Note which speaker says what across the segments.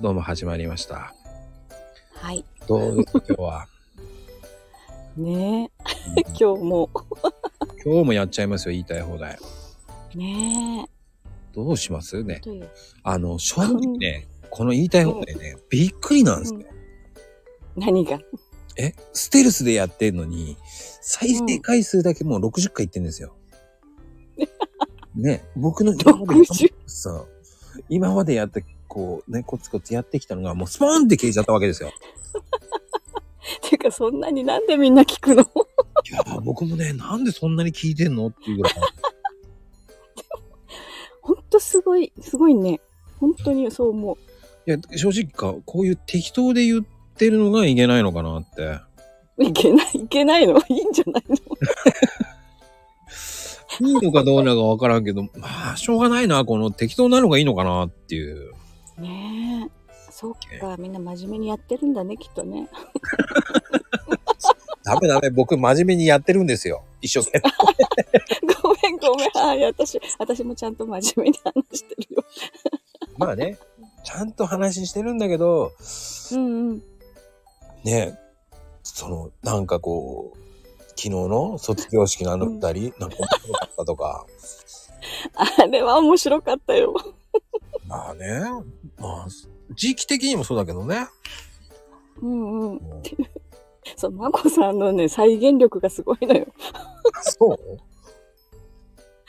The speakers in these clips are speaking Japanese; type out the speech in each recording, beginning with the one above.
Speaker 1: どうも始まりました。
Speaker 2: はい。
Speaker 1: どうですか、今日 は。
Speaker 2: ねえ、
Speaker 1: うん
Speaker 2: 今日も。
Speaker 1: 今日もやっちゃいますよ、言いたい放題。
Speaker 2: ね
Speaker 1: どうしますね
Speaker 2: え。。という。
Speaker 1: あの、正直ね、この言いたい放題ね、びっくりなんですね。
Speaker 2: 何が
Speaker 1: え、ステルスでやってんのに、再生回数だけもう60回いってんです よ。ね、僕の今まで
Speaker 2: 60?
Speaker 1: さ、今までやって、こうね、コツコツやってきたのが、もうスポーンって消えちゃったわけですよ。
Speaker 2: ていうか、そんなになんでみんな聞くの
Speaker 1: いやー、僕もね、なんでそんなに聞いてんのっていうぐらい。
Speaker 2: ほんとすごい、すごいね。本当にそう思う。
Speaker 1: いや、正直か、こういう適当で言ってるのがいけないのかなって。
Speaker 2: いけない、いけないの いいんじゃないの
Speaker 1: いいのかどうなのかわからんけど、 まあ、しょうがないな、この適当なのがいいのかなっていう。
Speaker 2: ねえ。そっか、みんな真面目にやってるんだね、きっとね。
Speaker 1: ダメダメ、僕真面目にやってるんですよ。一生懸命。
Speaker 2: ごめん、ごめん。 はい、私、私もちゃんと真面目に話してるよ。
Speaker 1: まあね、ちゃんと話してるんだけど、
Speaker 2: うんうん。
Speaker 1: ね、その、なんかこう、昨日の卒業式のあの二人、なんか面白かったとか、
Speaker 2: あれは面白かったよ。
Speaker 1: まあね、まあ、時期的にもそうだけどね。
Speaker 2: うんうん。
Speaker 1: もう
Speaker 2: そう、まこさんのね、再現力がすごいのよ。
Speaker 1: そう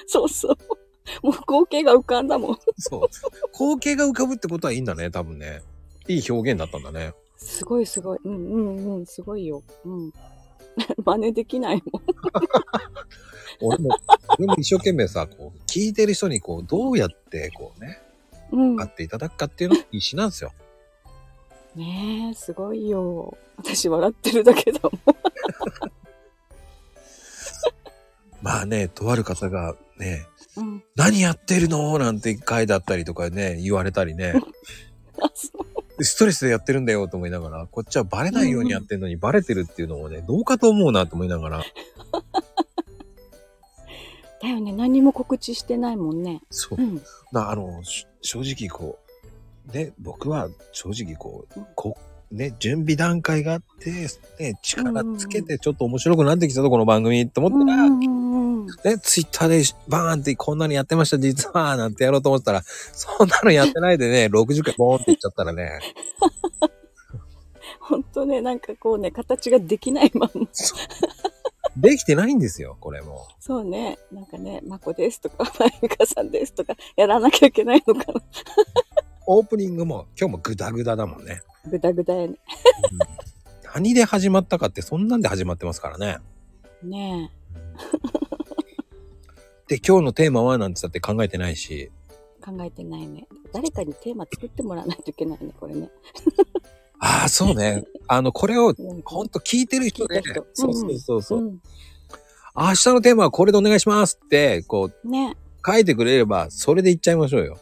Speaker 2: そうそう。 もう光景が浮かんだもん。
Speaker 1: そう。光景が浮かぶってことはいいんだね、多分ね。いい表現だったんだね。
Speaker 2: すごいすごい。うんうんうん、すごいよ。うん。 真似できないもん。
Speaker 1: 俺も、俺も一生懸命さ、こう、聞いてる人にこう、どうやってこうね、
Speaker 2: うん
Speaker 1: 会。っていただくかっていうのが必死なんですよ。
Speaker 2: ねえ、すごいよ。私笑ってるだけだもん。
Speaker 1: まあね、とある方がね、
Speaker 2: うん。
Speaker 1: 何やってるのなんて回だったりとかね、言われたりね、
Speaker 2: あ、そう。
Speaker 1: ストレスでやってるんだよと思いながら、こっちはバレないようにやってるのにバレてるっていうのもね、どうかと思うなと思いながら、
Speaker 2: だよね。何も告知してないもんね。
Speaker 1: そう
Speaker 2: う。ん。
Speaker 1: なあの、し正直こう、ね、僕は正直こう
Speaker 2: うん、
Speaker 1: こね、準備段階があって、ね、力つけてちょっと面白くなってきたぞ、この番組と
Speaker 2: う
Speaker 1: 思ったら、
Speaker 2: んうんうん。
Speaker 1: ね、ツイッターでバーンってこんなにやってました、実は、なんてやろうと思ったら、そんなのやってないでね、60回ボーンっていっちゃったらね、
Speaker 2: ほんとね、なんかこうね、形ができないまんま。
Speaker 1: できてないんですよ、これも。
Speaker 2: そうね。なんかね、まこですとか、 まゆかさんですとか、やらなきゃいけないのかな。
Speaker 1: オープニングも今日もグダグダだもんね。
Speaker 2: ぐだぐだやね。
Speaker 1: 何で始まったかってそんなんで始まってますからね。
Speaker 2: ね
Speaker 1: で、今日のテーマはなんてだって考えてないし、
Speaker 2: え、考えてないね。誰かにテーマ作ってもらわないといけないね、これね。
Speaker 1: ああ、そうね。あの、これを
Speaker 2: うん
Speaker 1: ほんと聞いてる人で、
Speaker 2: 聞いた人
Speaker 1: そうそうそうそう、
Speaker 2: うん
Speaker 1: 明日のテーマはこれでお願いしますって、こう、
Speaker 2: ね
Speaker 1: 書いてくれれば、それでいっちゃいましょうよ。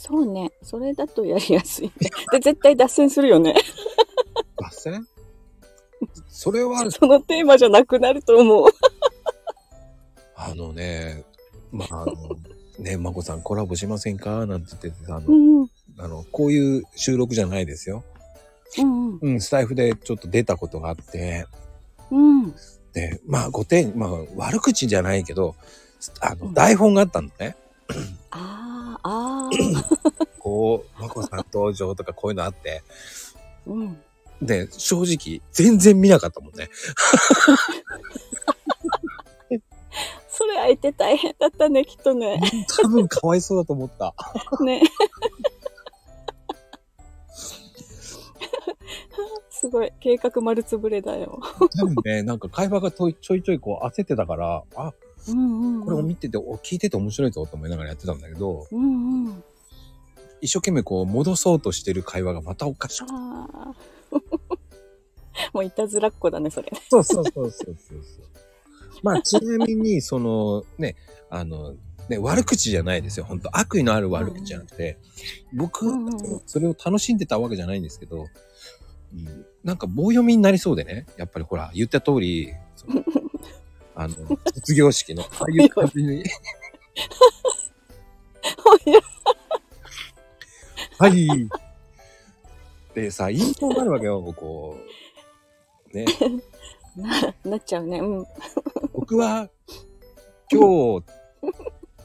Speaker 2: そうねそれだとやりやすい ねで絶対脱線するよね
Speaker 1: 脱線それは、
Speaker 2: そのテーマじゃなくなると思う
Speaker 1: あのね、まあ、あの、ね、まこさんコラボしませんかなんて言ってて、あ
Speaker 2: う
Speaker 1: の、
Speaker 2: んうん
Speaker 1: あの、こういう収録じゃないですよ。
Speaker 2: うん
Speaker 1: うん、スタイフでちょっと出たことがあって、
Speaker 2: うん
Speaker 1: で、まあ、ごてまあ、悪口じゃないけど、あ
Speaker 2: う
Speaker 1: の、
Speaker 2: ん
Speaker 1: 台本があったのね。
Speaker 2: あーあー
Speaker 1: こう、まこさん登場とかこういうのあって、
Speaker 2: うん
Speaker 1: で、正直、全然見なかったもんね。
Speaker 2: それ相手大変だったねきっとね
Speaker 1: 多分かわいそうだと思った。
Speaker 2: ね すごい計画丸つぶれだよ
Speaker 1: 多分ね、なんか会話がといちょいちょいこう焦ってたから、あ、
Speaker 2: うんうん
Speaker 1: これを見てて、お聞いてて面白いぞと思いながらやってたんだけど、
Speaker 2: うんうん
Speaker 1: 一生懸命こう戻そうとしてる会話がまたおかしくて。
Speaker 2: ああ もういたずらっ子だねそれ
Speaker 1: そうそうそうそうそうそう。まあ、ちなみに、そのね、あの、ね、悪口じゃないですよ。本当悪意のある悪口じゃなくて、僕
Speaker 2: うんうんうん、
Speaker 1: それを楽しんでたわけじゃないんですけど、うんなんか棒読みになりそうでね、やっぱりほら、言った通り、そのあの、卒業式の、ああいう感じに、はい、ってさ、印象があるわけよ、こう。ね、
Speaker 2: な、なっちゃうね。うん。
Speaker 1: 僕は、今日、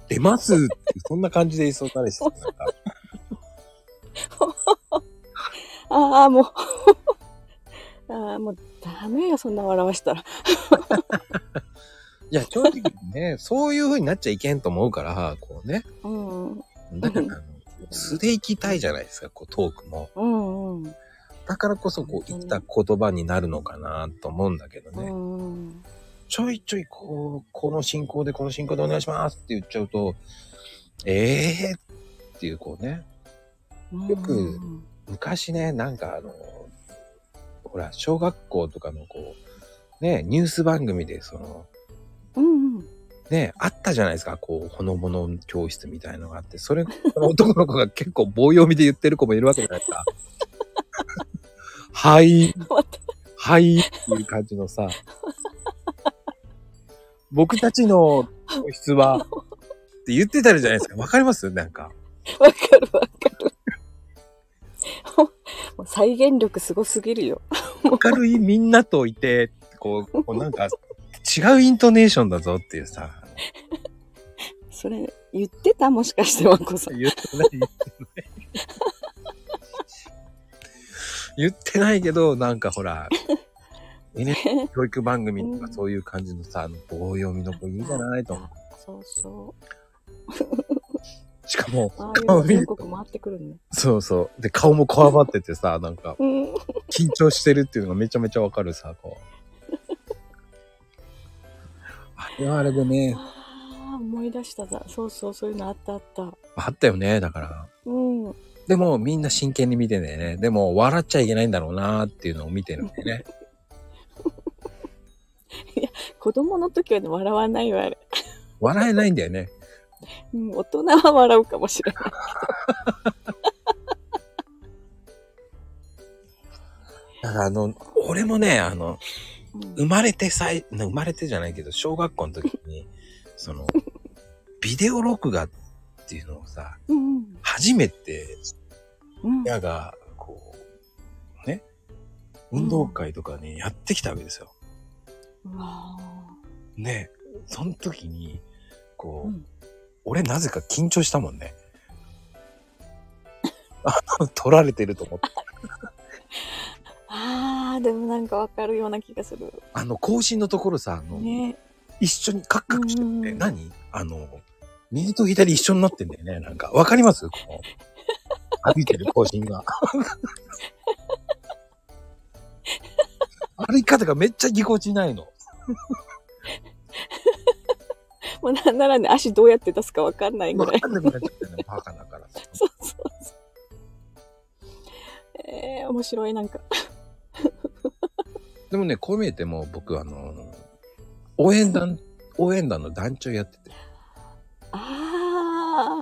Speaker 1: 出ますって、そんな感じで言いそうになるし、なんか、
Speaker 2: ああ、もう。 ああ、もうダメよ、そんな笑わしたら。
Speaker 1: いや、正直ね、そういう風になっちゃいけんと思うから、こうね。
Speaker 2: うん。うん
Speaker 1: だから、あの素で行きたいじゃないですか、こう、トークも。
Speaker 2: うん。うん
Speaker 1: だからこそ、こう、言った言葉になるのかなと思うんだけど
Speaker 2: う
Speaker 1: ね。
Speaker 2: ん。
Speaker 1: ちょいちょいこう、この進行でこの進行でお願いしますって言っちゃうと、ええー、っていうこうね、よく
Speaker 2: うん
Speaker 1: 昔ね、なんかあの、ほら、小学校とかのこう、ね、ニュース番組でその、
Speaker 2: うん。うん。
Speaker 1: ね、あったじゃないですか、こう、ほのぼの教室みたいのがあって、それ、その男の子が結構棒読みで言ってる子もいるわけじゃないですか。 はい、
Speaker 2: また
Speaker 1: はいっていう感じのさ、僕たちの教室は、って言ってたじゃないですか。わかりますなんか。
Speaker 2: わかるわかる。 もう再現力すごすぎるよ。
Speaker 1: 明るいみんなといて、こう、こうなんか、違うイントネーションだぞっていうさ、
Speaker 2: それ言ってたもしかしてまこさん。
Speaker 1: 言ってない、言ってない。言ってないけど、なんかほら、NHK 教育番組とかそういう感じのさ、あの棒読みの子いいんじゃないと思う。
Speaker 2: そうそう。
Speaker 1: しかも、
Speaker 2: ああい
Speaker 1: 顔
Speaker 2: う
Speaker 1: 見
Speaker 2: 全
Speaker 1: ると
Speaker 2: 国回ってくるね。
Speaker 1: そうそう。で、顔もこわばっててさ、なんか、
Speaker 2: うん。
Speaker 1: 緊張してるっていうのがめちゃめちゃわかるさ、こう。 あれはあれでね、
Speaker 2: ああ、思い出しただ。そうそう、そういうのあったあった。
Speaker 1: あったよね、だから。
Speaker 2: うん。うん。
Speaker 1: でもみんな真剣に見てんだよね。でも笑っちゃいけないんだろうなーっていうのを見てるんだよね。
Speaker 2: 子供の時はね、笑わないわ、あれ。
Speaker 1: 笑えないんだよね。
Speaker 2: うん、大人は笑うかもしれない。
Speaker 1: だからあの、俺もね、あの、
Speaker 2: うん
Speaker 1: 生まれてさい、生まれてじゃないけど、小学校の時に、 その、ビデオ録画っていうのをさ、
Speaker 2: うん。
Speaker 1: 初めて
Speaker 2: うん。
Speaker 1: 親が、こう、ね、運動会とかにやってきたわけですよ。
Speaker 2: うわ
Speaker 1: ね、その時に、こ
Speaker 2: ー
Speaker 1: う、
Speaker 2: うん
Speaker 1: 俺なぜか緊張したもんね。あの撮られてると思って。
Speaker 2: ああ、でもなんかわかるような気がする。
Speaker 1: あの、更新のところさ、あの、
Speaker 2: ね。
Speaker 1: 一緒にカクカクしてるって、
Speaker 2: うん
Speaker 1: 何あの、右と左一緒になってんだよね。なんか、わかりますこの、歩いてる更新 が。歩き方がめっちゃぎこちないの。
Speaker 2: もうなんならね、足どうやって出すかわかんないぐ
Speaker 1: わ
Speaker 2: らい。
Speaker 1: かんなくなっちゃったね、バカだからさ。
Speaker 2: そうそうそう。えー、面白い、なんか。
Speaker 1: でもね、こう見えても僕、あの、応援団、応援団の団長やってて。
Speaker 2: ああ、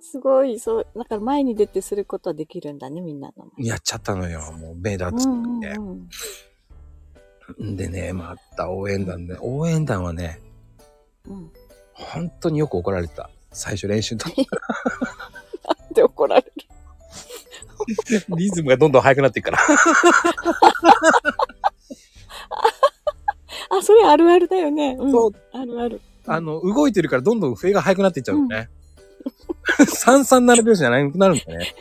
Speaker 2: すごい、そう、だから前に出てすることはできるんだね、みんなの。
Speaker 1: やっちゃったのよ。もう目立つっ
Speaker 2: うんうん
Speaker 1: て。
Speaker 2: うん。
Speaker 1: んでね、また応援団で、応援団はね、
Speaker 2: うん。
Speaker 1: 本当によく怒られてた。最初練習の時
Speaker 2: で怒られる。
Speaker 1: リズムがどんどん速くなっていくから。
Speaker 2: あ、それあるあるだよね。うん、
Speaker 1: そう
Speaker 2: あるある。
Speaker 1: あの、動いてるからどんどん笛が速くなっていっちゃうよね。三三七拍子じゃなくなるんだね。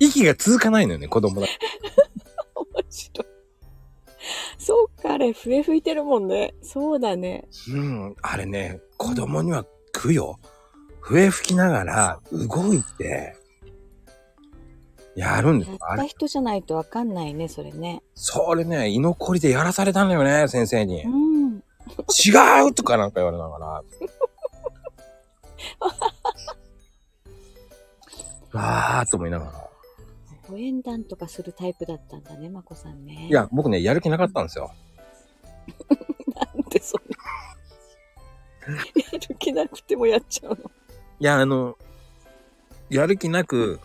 Speaker 1: 息が続かないのよね、子供だ。
Speaker 2: 面白い。そうか、あれ、笛吹いてるもんね。そうだね。
Speaker 1: うん、あれね、子供には苦よ。笛吹きながら動いて、やるんです
Speaker 2: や
Speaker 1: よ
Speaker 2: っ。
Speaker 1: あ
Speaker 2: た
Speaker 1: れ、
Speaker 2: 人じゃないとわかんないね、それね。
Speaker 1: それね、居残りでやらされたのよね、先生に
Speaker 2: う。ん。
Speaker 1: 違うとかなんか言われながら。わーっと思いながら。
Speaker 2: 応援団とかするタイプだったんだね、まこさんね。
Speaker 1: いや、僕ね、やる気なかったんですよ。
Speaker 2: なんでそんな。やる気なくてもやっちゃうの。
Speaker 1: いや、あの、やる気なく、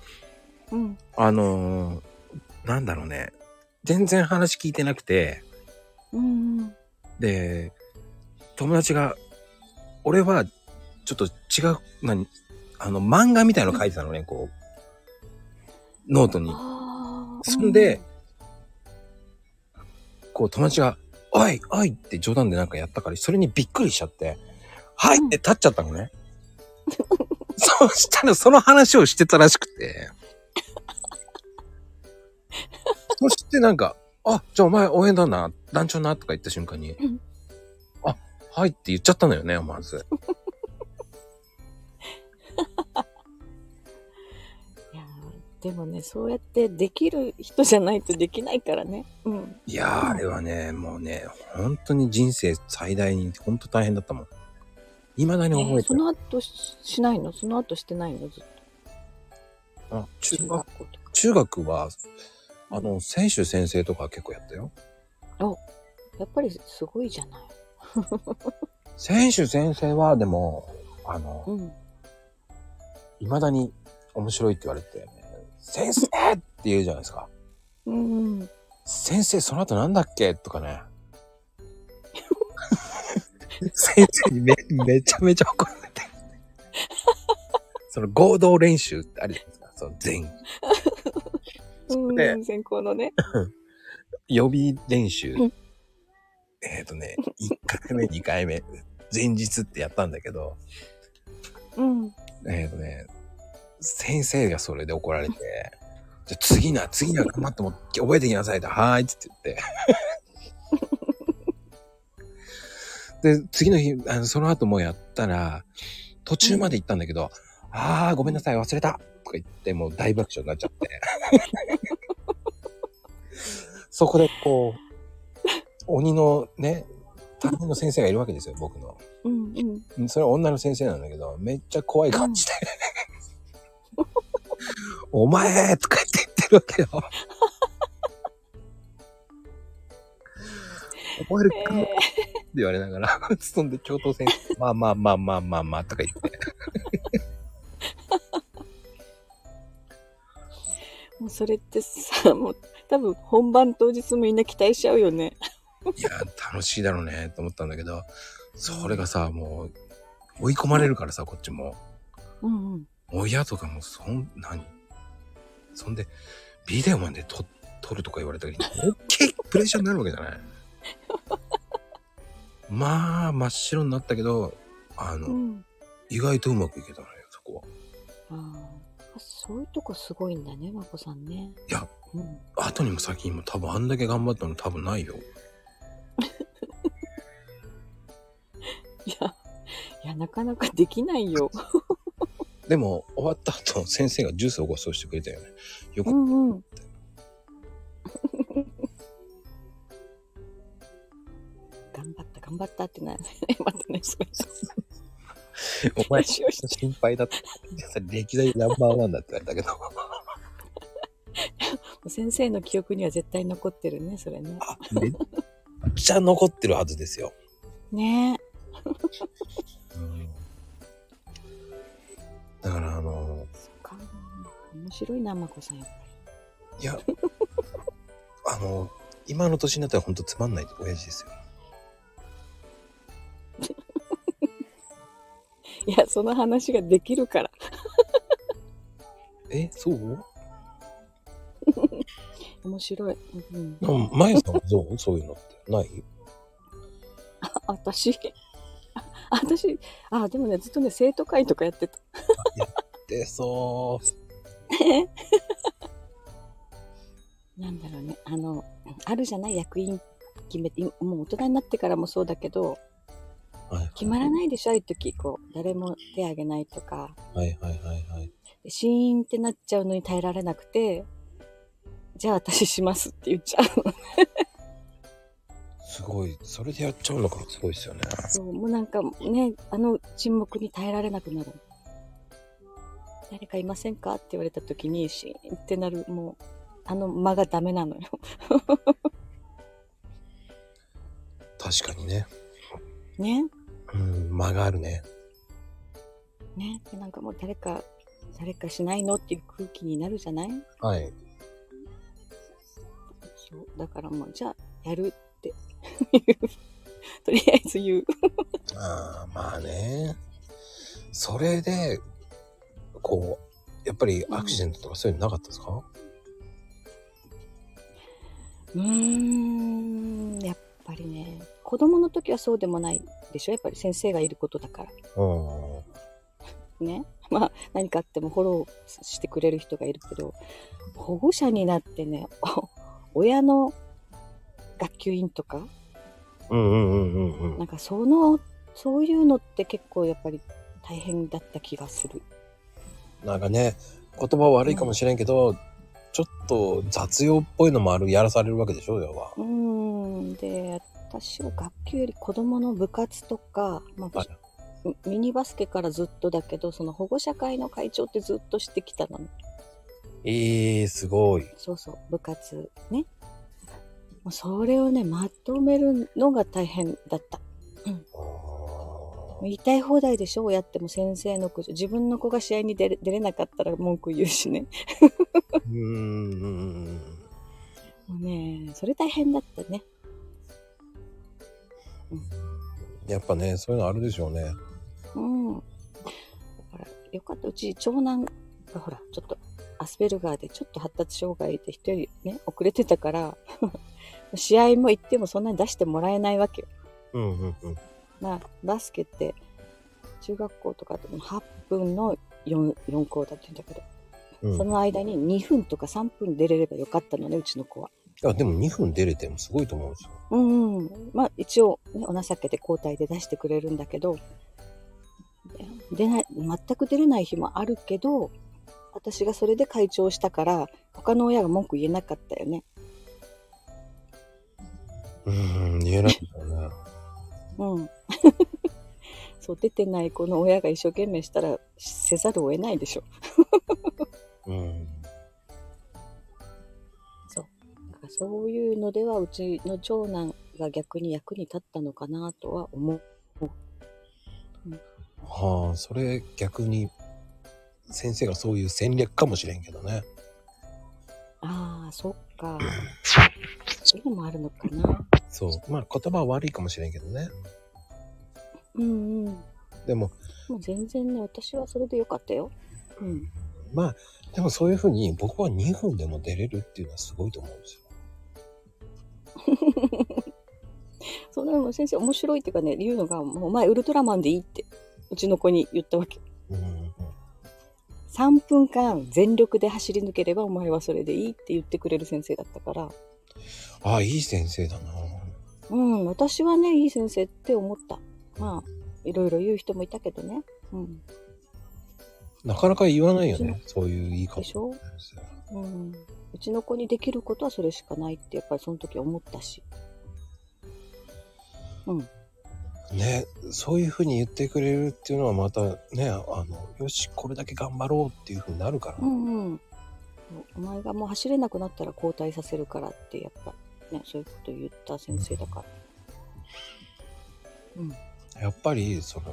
Speaker 2: うん。
Speaker 1: あのーなんだろうね。全然話聞いてなくて、
Speaker 2: うんうん。
Speaker 1: で、友達が、俺は、ちょっと違う、何、あの、漫画みたいの書いてたのね、こう。ノートに。
Speaker 2: あー
Speaker 1: そんで、こう友達が、おいおいって冗談でなんかやったから、それにびっくりしちゃって、はいって立っちゃったのね。 そしたらその話をしてたらしくて。 そしてなんか、あ、じゃあお前応援だな、団長なとか言った瞬間に
Speaker 2: うん、
Speaker 1: あ、はいって言っちゃったのよね、思わず。
Speaker 2: うんいやーでもねそうやってできる人じゃないとできないからねうん
Speaker 1: いやー、あれはね、もうね、本当に人生最大に、本当大変だったもん。未だに覚えてる
Speaker 2: その後ししないのその後してないのずっ
Speaker 1: あ
Speaker 2: と
Speaker 1: 中
Speaker 2: 中
Speaker 1: 学
Speaker 2: 学校とか
Speaker 1: 中学はあの選手先生とか結構やったよ
Speaker 2: やっぱりすごいじゃない
Speaker 1: 選手先生はでもあの
Speaker 2: うん
Speaker 1: いまだに面白いって言われて、先生って言うじゃないですか
Speaker 2: うんうん
Speaker 1: 先生その後なんだっけとかね先生にめめちゃめちゃ怒られてその合同練習ってあるじゃないですかその全員
Speaker 2: うん
Speaker 1: で
Speaker 2: うん先行のね
Speaker 1: 予備練習、
Speaker 2: うん
Speaker 1: えっ、とね1回目2回目前日ってやったんだけど
Speaker 2: うん
Speaker 1: えーとね、先生がそれで怒られて、じゃあ次な、次な、頑張っても覚えてきなさいと、はーいっつって 言って。で、次の日、あのその後もやったら、途中まで行ったんだけど、あー、ごめんなさい、忘れたとか言って、もう大爆笑になっちゃって。そこで、こう、鬼のね、担任の先生がいるわけですよ、僕の。
Speaker 2: うん うん
Speaker 1: それは女の先生なんだけど、めっちゃ怖い感じで。お前とか言って言ってるわけよ。覚えるかって
Speaker 2: え
Speaker 1: 言われながら、そんで教頭先生、まあまあまあまあまあまあとか言って。
Speaker 2: ーもうそれってさ もう多分本番当日もみんな期待しちゃうよね
Speaker 1: いや、楽しいだろうねと思ったんだけど、それがさ、もう追い込まれるからさ、こっちも。
Speaker 2: うんうん
Speaker 1: 親とかもそんなに。そんで、ビデオまで撮撮るとか言われた時に、大きいプレッシャーになるわけじゃ ない。まあ、真っ白になったけど、あの、
Speaker 2: うん
Speaker 1: 意外とうまくいけたのよ、そこは。
Speaker 2: あーそういうとこすごいんだねまこさんね
Speaker 1: いや
Speaker 2: うん
Speaker 1: 後にも先にも多分あんだけ頑張ったの多分ないよ。
Speaker 2: いや、いや、なかなかできないよ。
Speaker 1: でも、終わった後、先生がジュースをご馳走してくれたよね。よか
Speaker 2: う
Speaker 1: った
Speaker 2: んうん。頑張った、頑張ったってなるね。 またね、そう
Speaker 1: お前、心配だって。歴代ナンバーワンだって言われた けど。
Speaker 2: 先生の記憶には絶対残ってるね、それね。
Speaker 1: あめっちゃ残ってるはずですよ。
Speaker 2: ね
Speaker 1: うんだからあの
Speaker 2: え。そっか。面白いな、まこさん。やっぱ
Speaker 1: いや あの今の年になったら本当つまんない親父ですよ。
Speaker 2: りいや、その話ができるから。
Speaker 1: えそう？
Speaker 2: 面白い。うんうん、
Speaker 1: なまゆさんはどうそういうのってない？
Speaker 2: あ私、 あ私、あ、でもね、ずっとね、生徒会とかやってた。
Speaker 1: でそう。
Speaker 2: なんだろうね、あの、あるじゃない役員決めて、今もう大人になってからもそうだけど、
Speaker 1: はい
Speaker 2: 決まらないでしょ、ああいう時、こう、誰も手挙げないとか、
Speaker 1: はいはいはいはい。
Speaker 2: でシーンってなっちゃうのに耐えられなくて、じゃあ私しますって言っちゃう。
Speaker 1: すごいそれでやっちゃうのからすごいですよね。
Speaker 2: そうもうなんかね、あの沈黙に耐えられなくなる。誰かいませんかって言われた時に、シーンってなる、もう、あの間がダメなのよ。
Speaker 1: 確かにね。
Speaker 2: ね。
Speaker 1: うん間があるね。
Speaker 2: ね。でなんかもう誰か、誰かしないのっていう空気になるじゃない
Speaker 1: はい。
Speaker 2: そうだからもうじゃあやるって 言うとりあえず言う
Speaker 1: ああまあね。それでこうやっぱりアクシデントとかそういうのなかったですか、
Speaker 2: うーん、やっぱりね、子供の時はそうでもないでしょやっぱり先生がいることだから。
Speaker 1: うん、
Speaker 2: ね。 まあ、何かあってもフォローしてくれる人がいるけど、保護者になってね、 お親の学級委員とか、
Speaker 1: うんうんうんうんう
Speaker 2: なんんかその、そういうのって結構やっぱり大変だった気がする。
Speaker 1: なんかね言葉は悪いかもしれんけど、ちょっと雑用っぽいのもあるやらされるわけでしょ要は
Speaker 2: うーん、で、私は学級より子供の部活とか、まあ
Speaker 1: はい、
Speaker 2: ミミニバスケからずっとだけど、その保護者会の会長ってずっとしてきたの。
Speaker 1: えー、すごい
Speaker 2: そうそう、部活ね。もうそれをね、まとめるのが大変だった。言いたい放題でしょ親っても先生の子、自分の子が試合に出れ出れなかったら文句言うしね。
Speaker 1: うんうんうんうん
Speaker 2: もうね、それ大変だったね。
Speaker 1: やっぱねそういうのあるでしょうね
Speaker 2: うん。だから、よかった。うち、長男がほら、ちょっと、アスペルガーでちょっと発達障害で人よりね、遅れてたから、試合も行ってもそんなに出してもらえないわけよ。
Speaker 1: うんうんうん
Speaker 2: まあ、バスケって、中学校とかでも8分の 4, 4校だって言うんだけど、
Speaker 1: うん
Speaker 2: その間に2分とか3分出れればよかったのね、うちの子は。
Speaker 1: いやでも2分出れてもすごいと思うんですよ
Speaker 2: うん、うん。まあ、一応、ね、お情けで交代で出してくれるんだけど、出ない、全く出れない日もあるけど、私がそれで会長したから、他の親が文句言えなかったよね。
Speaker 1: うん言えないですよね
Speaker 2: うん。 そう、出てない子の親が一生懸命したら、せざるを得ないでしょ。
Speaker 1: うん
Speaker 2: だからそういうのでは、うちの長男が逆に役に立ったのかなとは思う。
Speaker 1: はあそれ逆に先生がそういう戦略かもしれんけどね
Speaker 2: ああ、そっか。そういうのもあるのかな。
Speaker 1: そうまあ言葉は悪いかもしれんけどね
Speaker 2: うんうん。
Speaker 1: でも
Speaker 2: もう全然ね、私はそれでよかったよ。うん。
Speaker 1: まあでもそういうふうに僕は2分でも出れるっていうのはすごいと思うんですよ。
Speaker 2: そんなのも先生面白いっていうかね、言うのが、もうお前ウルトラマンでいいって、うちの子に言ったわけ。
Speaker 1: うんうんうん
Speaker 2: 3分間全力で走り抜ければお前はそれでいいって言ってくれる先生だったから、
Speaker 1: ああいい先生だな。
Speaker 2: うん、私はね、いい先生って思った。まあ、いろいろ言う人もいたけどね。うん。
Speaker 1: なかなか言わないよねそういう言い方
Speaker 2: でしょ
Speaker 1: ですよ
Speaker 2: うん。うちの子にできることはそれしかないって、やっぱりその時思ったし。
Speaker 1: ねそういうふうに言ってくれるっていうのはまたねあのよしこれだけ頑張ろうっていうふうになるから、
Speaker 2: うんうん。お前がもう走れなくなったら交代させるからって、やっぱ、ね、そういうこと言った先生だから。うん。
Speaker 1: やっぱりその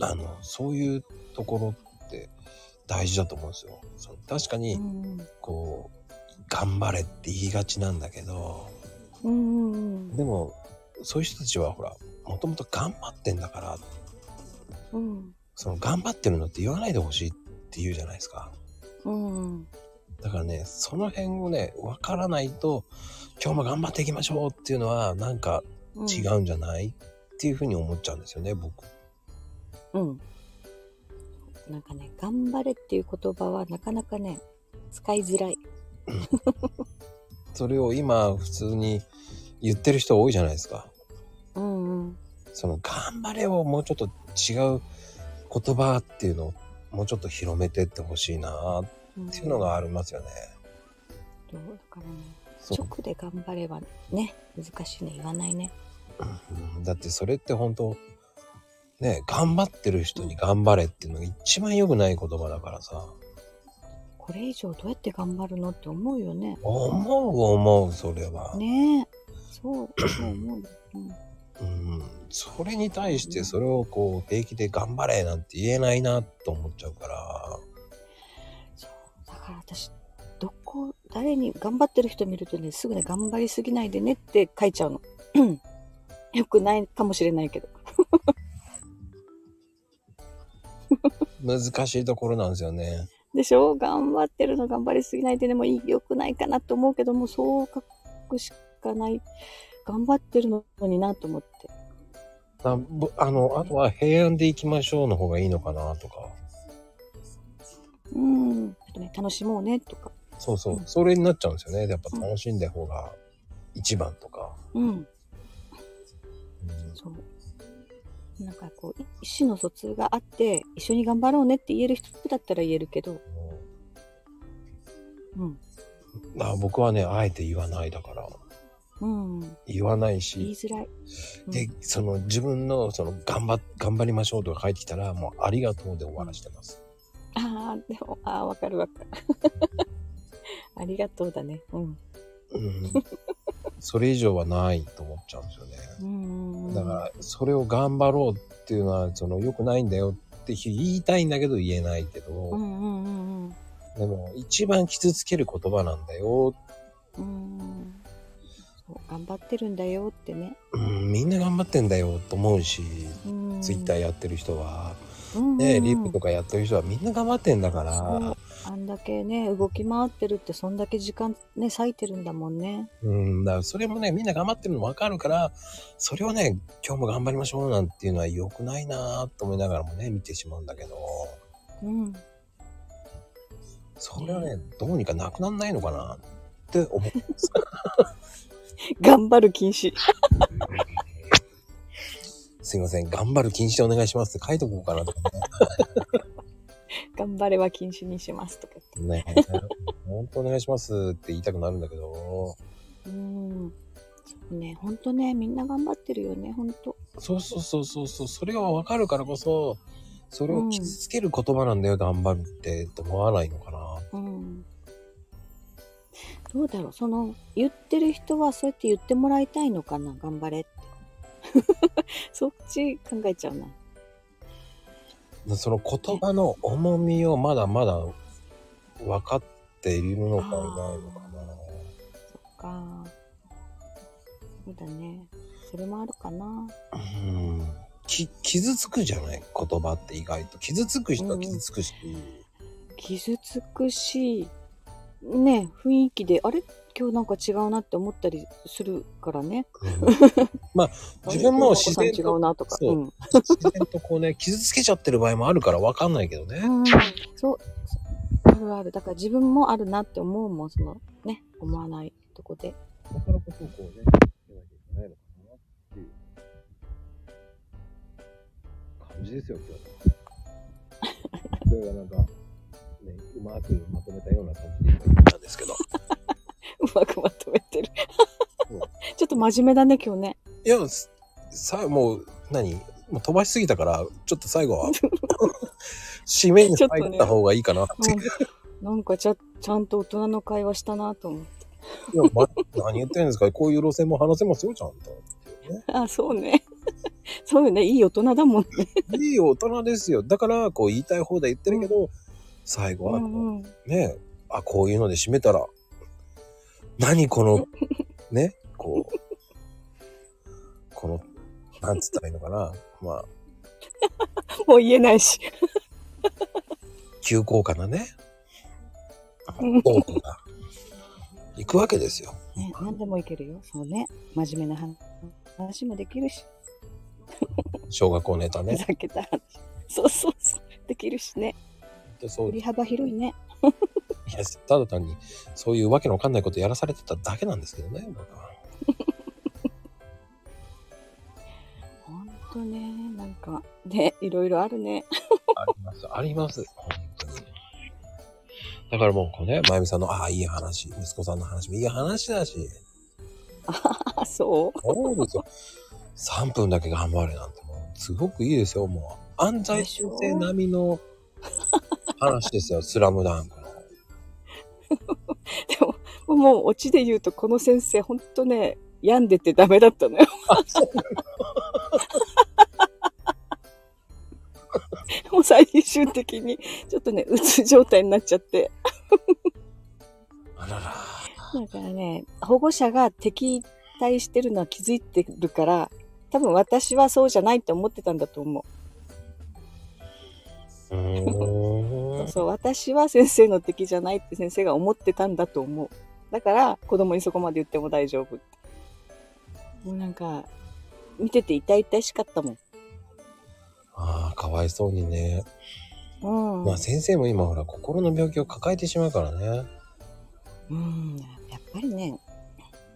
Speaker 1: あのそういうところって大事だと思うんですよ。その確かに
Speaker 2: うん
Speaker 1: こう頑張れって言いがちなんだけど
Speaker 2: うんうん
Speaker 1: でもそういう人たちはほらもともと頑張ってんだから
Speaker 2: うん
Speaker 1: その頑張ってるのって言わないでほしいって言うじゃないですか
Speaker 2: うんうん
Speaker 1: だからねその辺をね分からないと今日も頑張っていきましょうっていうのはなんか
Speaker 2: うん
Speaker 1: 違うんじゃない、っていうふうに思っちゃうんですよね僕
Speaker 2: うん。なんかね、頑張れっていう言葉はなかなかね、使いづらい。
Speaker 1: それを今普通に言ってる人多いじゃないですか
Speaker 2: うんうん。
Speaker 1: その頑張れをもうちょっと違う言葉っていうのをもうちょっと広めてってほしいなっ
Speaker 2: うん
Speaker 1: ていうのがありますよね
Speaker 2: そうだからね、
Speaker 1: そう
Speaker 2: 直で頑張ればね、難しいね、言わないね。
Speaker 1: うんだってそれって本当ね頑張ってる人に頑張れっていうのが一番良くない言葉だからさ
Speaker 2: これ以上どうやって頑張るのって思うよね。
Speaker 1: 思う思うそれは、
Speaker 2: ねえ。そう、そう思うよ。う
Speaker 1: う
Speaker 2: ん
Speaker 1: ん、それに対してそれをこう平気で頑張れなんて言えないなと思っちゃうから
Speaker 2: そうだから私どこ誰に頑張ってる人見るとねすぐね頑張りすぎないでねって書いちゃうの よくないかもしれないけど
Speaker 1: 難しいところなんですよね。
Speaker 2: でしょ頑張ってるの頑張りすぎないででもいい良くないかなと思うけどもそう書くしかない頑張ってるのになと思って
Speaker 1: あぶあの、あとは平安で行きましょうの方がいいのかなとか。
Speaker 2: うんあとね楽しもうねとか
Speaker 1: そうそう
Speaker 2: う。ん
Speaker 1: それになっちゃうんですよね。やっぱ楽しんだ方が一番とか。
Speaker 2: うん
Speaker 1: うん
Speaker 2: そうなんかこう意思の疎通があって一緒に頑張ろうねって言える人だったら言えるけどうん
Speaker 1: あ僕はね、あえて言わないだから。
Speaker 2: うん
Speaker 1: 言わない
Speaker 2: 言い
Speaker 1: し、
Speaker 2: づらい
Speaker 1: で、その自分の、その、頑張っ、頑張りましょうとか書いてきたら、もう、ありがとうで終わらして ます。
Speaker 2: ああでもああわかるわかるありがとうだねうん
Speaker 1: うん。それ以上はないと思っちゃうんですよね。
Speaker 2: うん
Speaker 1: だから、それを頑張ろうっていうのは、その、良くないんだよって言いたいんだけど言えないけど、
Speaker 2: うんうんうんうん
Speaker 1: でも、一番傷つける言葉なんだよ。
Speaker 2: うーんそう頑張ってるんだよってね。
Speaker 1: うん、みんな頑張ってんだよと思うし、ツイッター
Speaker 2: や、
Speaker 1: やってる人は、
Speaker 2: うんうん
Speaker 1: ね、リップとかやってる人はみんな頑張ってんだから、
Speaker 2: そうあんだけね動き回ってるってそんだけ時間ね割いてるんだもんね。
Speaker 1: うん、だからそれもね、みんな頑張ってるのわかるから、それをね、今日も頑張りましょうなんていうのは良くないなぁと思いながらもね、見てしまうんだけど、
Speaker 2: うん、
Speaker 1: それはね、どうにかなくなんないのかなって思う。
Speaker 2: 頑張る禁止。
Speaker 1: すいません、頑張る禁止でお願いしますって書いとこうかなとか
Speaker 2: 頑張れは禁止にしますとか言
Speaker 1: ね。ね本当お願いしますって言いたくなるんだけど、
Speaker 2: って。うん。そうね本当ねみんな頑張ってるよね本当。
Speaker 1: そうそうそうそうそう、それがわかるからこそ、それを傷つける言葉なんだよ、頑張るって、と思わないのかな。
Speaker 2: うん。どうだろうその言ってる人はそうやって言ってもらいたいのかな頑張れって。 そっち考えちゃうな。
Speaker 1: その言葉の重みをまだまだ分かっているのかいないのかな。
Speaker 2: そっか。そうだね。それもあるかな。
Speaker 1: うんき傷つくじゃない言葉って意外と傷つく人は傷つく し、
Speaker 2: 傷つくし、ね、雰囲気で、あれ今日なんか違うなって思ったりするからね。
Speaker 1: うんまあ自分も
Speaker 2: あれ
Speaker 1: 自然
Speaker 2: 今日なんかさん違
Speaker 1: とそう
Speaker 2: うなとか。うん。
Speaker 1: 自然とこうね傷つけちゃってる場合もあるから分かんないけどね、
Speaker 2: うん、そう。あるある。だから自分もあるなって思うもん、その、ね、思わないとこで。
Speaker 1: だからこそこうねやらなきゃいけないのかなっていう感じですよ今 日は今日はなんかねうまくまとめたような感じで今言ったんですけど
Speaker 2: うまくまとめてる
Speaker 1: うん。
Speaker 2: ちょっと真面目だね、今日ね。
Speaker 1: いやすさもう何もう飛ばしすぎたからちょっと最 後は締めに入った方がいいかなって
Speaker 2: うんなんかちゃ、ちゃんと大人の会話したなと思って。
Speaker 1: いやま何言ってるんですかこういう路線も話せますよちゃんとっていうね
Speaker 2: あ、そうね。そうよね。いい大人だもんね。
Speaker 1: いい大人ですよだからこう言いたい放題言ってるけど、最後はこう
Speaker 2: うんうん
Speaker 1: ねあこういうので締めたら何こ のねこうこのなんつったらいいのかなまあ
Speaker 2: もう言えないし。
Speaker 1: 急降下なね
Speaker 2: うん
Speaker 1: ボートが行くわけですよ。
Speaker 2: ね、何でもいけるよ。そうね。真面目な話話もできるし、
Speaker 1: 小学校ネタ
Speaker 2: ふ
Speaker 1: ね。
Speaker 2: ざけた話。そうそうそう。できるしね。
Speaker 1: そう
Speaker 2: 振り幅広いね。
Speaker 1: いやただ単にそういうわけのわかんないことやらされてただけなんですけどね。なんか
Speaker 2: ほんとね。なんか、ね、いろいろあるね。
Speaker 1: ありますあります本当に。だからもうこうねまゆみさんのああいい話息子さんの話もいい話だし
Speaker 2: あ、そう。
Speaker 1: そうですよ。3分だけ頑張れなんてもうすごくいいですよ。もう安西先生並みの話ですよ。スラムダンクの。
Speaker 2: でも、 もうオチで言うと、この先生、ほんとね、病んでてダメだった のよ。もう最終的に、ちょっとね、うつ状態になっちゃって。
Speaker 1: あらら。
Speaker 2: だからね、保護者が敵対してるのは気づいてるから、多分私はそうじゃないって思ってたんだと思
Speaker 1: う
Speaker 2: う。
Speaker 1: うーん
Speaker 2: そう私は先生の敵じゃないって先生が思ってたんだと思うだから子供にそこまで言っても大丈夫もうなんか見てて痛々しかったもん
Speaker 1: ああ、かわいそうにね。
Speaker 2: うん、
Speaker 1: まあ先生も今ほら、心の病気を抱えてしまうからね。
Speaker 2: うんやっぱりね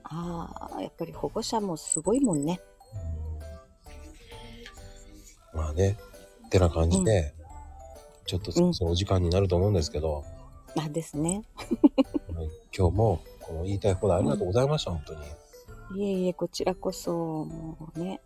Speaker 2: ああやっぱり保護者もすごいもんね
Speaker 1: うんまあね、ってな感じで、ちょっとそろそろお時間になると思うんですけど、
Speaker 2: あですね
Speaker 1: はい今日もこの言いたい放題ありがとうございました、本当に。
Speaker 2: いえいえこちらこそもうね